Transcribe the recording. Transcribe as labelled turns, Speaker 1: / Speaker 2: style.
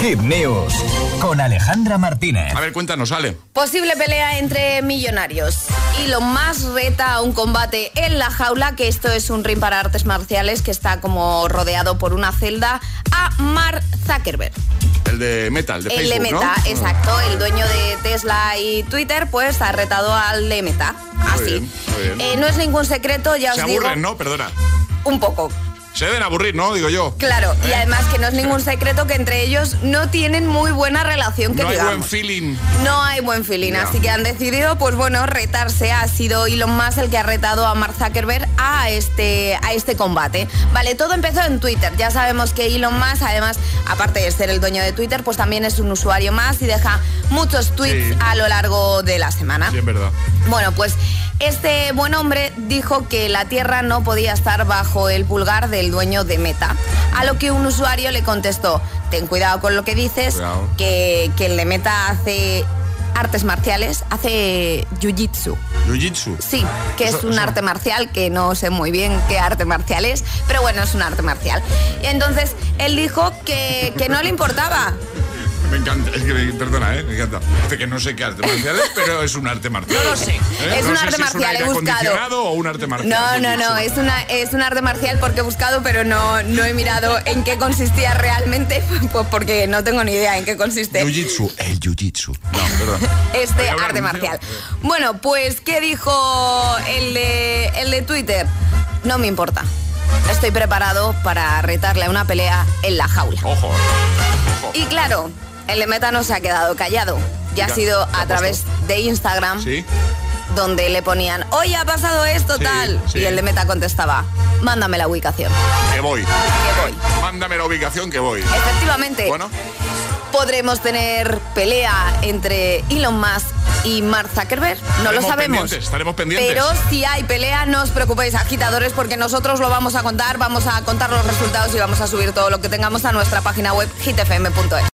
Speaker 1: Hit News con Alejandra Martínez.
Speaker 2: A ver, cuéntanos, Ale.
Speaker 3: Posible pelea entre millonarios. Y lo más reta a un combate en la jaula, que esto es un ring para artes marciales que está como rodeado por una celda, a Mark Zuckerberg.
Speaker 2: El de Meta, el de
Speaker 3: El
Speaker 2: Facebook,
Speaker 3: de Meta,
Speaker 2: ¿no? Mm.
Speaker 3: exacto, el dueño de Tesla y Twitter, pues ha retado al de Meta. Así.
Speaker 2: bien, muy bien.
Speaker 3: Eh, no es ningún secreto, ya
Speaker 2: Se
Speaker 3: os digo.
Speaker 2: aburren, ¿no? Eh. Perdona.
Speaker 3: Un poco.
Speaker 2: Se deben aburrir, ¿no? Digo yo.
Speaker 3: Claro, y además que no es ningún secreto que entre ellos no tienen muy buena relación que
Speaker 2: No hay
Speaker 3: digamos.
Speaker 2: buen feeling.
Speaker 3: No hay buen feeling,
Speaker 2: Ya.
Speaker 3: así que han decidido, pues bueno, retarse. Ha sido Elon Musk el que ha retado a Mark Zuckerberg a este, a este combate. Vale, todo empezó en Twitter. Ya sabemos que Elon Musk, además, aparte de ser el dueño de Twitter, pues también es un usuario más y deja muchos tweets
Speaker 2: Sí.
Speaker 3: a lo largo de la semana.
Speaker 2: Sí, es verdad.
Speaker 3: Bueno, pues este buen hombre dijo que la Tierra no podía estar bajo el pulgar del dueño de Meta. A lo que un usuario le contestó, ten cuidado con lo que dices,
Speaker 2: Cuidado.
Speaker 3: que, que el de Meta hace artes marciales, hace jiu-jitsu.
Speaker 2: Jiu-jitsu.
Speaker 3: Sí, que es
Speaker 2: Eso-
Speaker 3: un
Speaker 2: eso-
Speaker 3: arte marcial, que no sé muy bien qué arte marcial es, pero bueno, es un arte marcial. Y entonces él dijo que, que no le importaba,
Speaker 2: Me encanta. Es que me, perdona, ¿eh? Me encanta. Dice que no sé qué arte marcial es, pero es un arte marcial. ¿Eh?
Speaker 3: No lo sé. Es
Speaker 2: No
Speaker 3: un
Speaker 2: sé
Speaker 3: arte
Speaker 2: si
Speaker 3: marcial,
Speaker 2: es
Speaker 3: he
Speaker 2: un aire
Speaker 3: buscado.
Speaker 2: acondicionado o un arte marcial.
Speaker 3: No, no, no,
Speaker 2: Jiu-jitsu.
Speaker 3: es, una, es un arte marcial porque he buscado, pero no, no he mirado en qué consistía realmente, pues porque no tengo ni idea en qué consiste
Speaker 2: Jiu-jitsu. El jiu-jitsu. No, perdón.
Speaker 3: este
Speaker 2: Voy a hablar
Speaker 3: arte
Speaker 2: un
Speaker 3: marcial.
Speaker 2: tío.
Speaker 3: Bueno, pues, ¿qué dijo el de, el de Twitter? No me importa. Estoy preparado para retarle a una pelea en la jaula.
Speaker 2: Ojo. eh. Ojo.
Speaker 3: Y claro, el de Meta no se ha quedado callado. Ya ha
Speaker 2: Ya,
Speaker 3: sido
Speaker 2: ¿qué ha
Speaker 3: a través de Instagram
Speaker 2: Sí.
Speaker 3: donde le ponían, oye, ha pasado esto,
Speaker 2: Sí,
Speaker 3: tal.
Speaker 2: sí.
Speaker 3: Y el de Meta contestaba, mándame la ubicación.
Speaker 2: Que voy.
Speaker 3: Que voy. Este,
Speaker 2: Mándame la ubicación que voy.
Speaker 3: Efectivamente,
Speaker 2: Bueno,
Speaker 3: podremos tener pelea entre Elon Musk y Mark Zuckerberg. No lo
Speaker 2: Estaremos
Speaker 3: sabemos.
Speaker 2: pendientes, estaremos pendientes.
Speaker 3: Pero si hay pelea, no os preocupéis, agitadores, porque nosotros lo vamos a contar, vamos a contar los resultados y vamos a subir todo lo que tengamos a nuestra página web hitfm.es.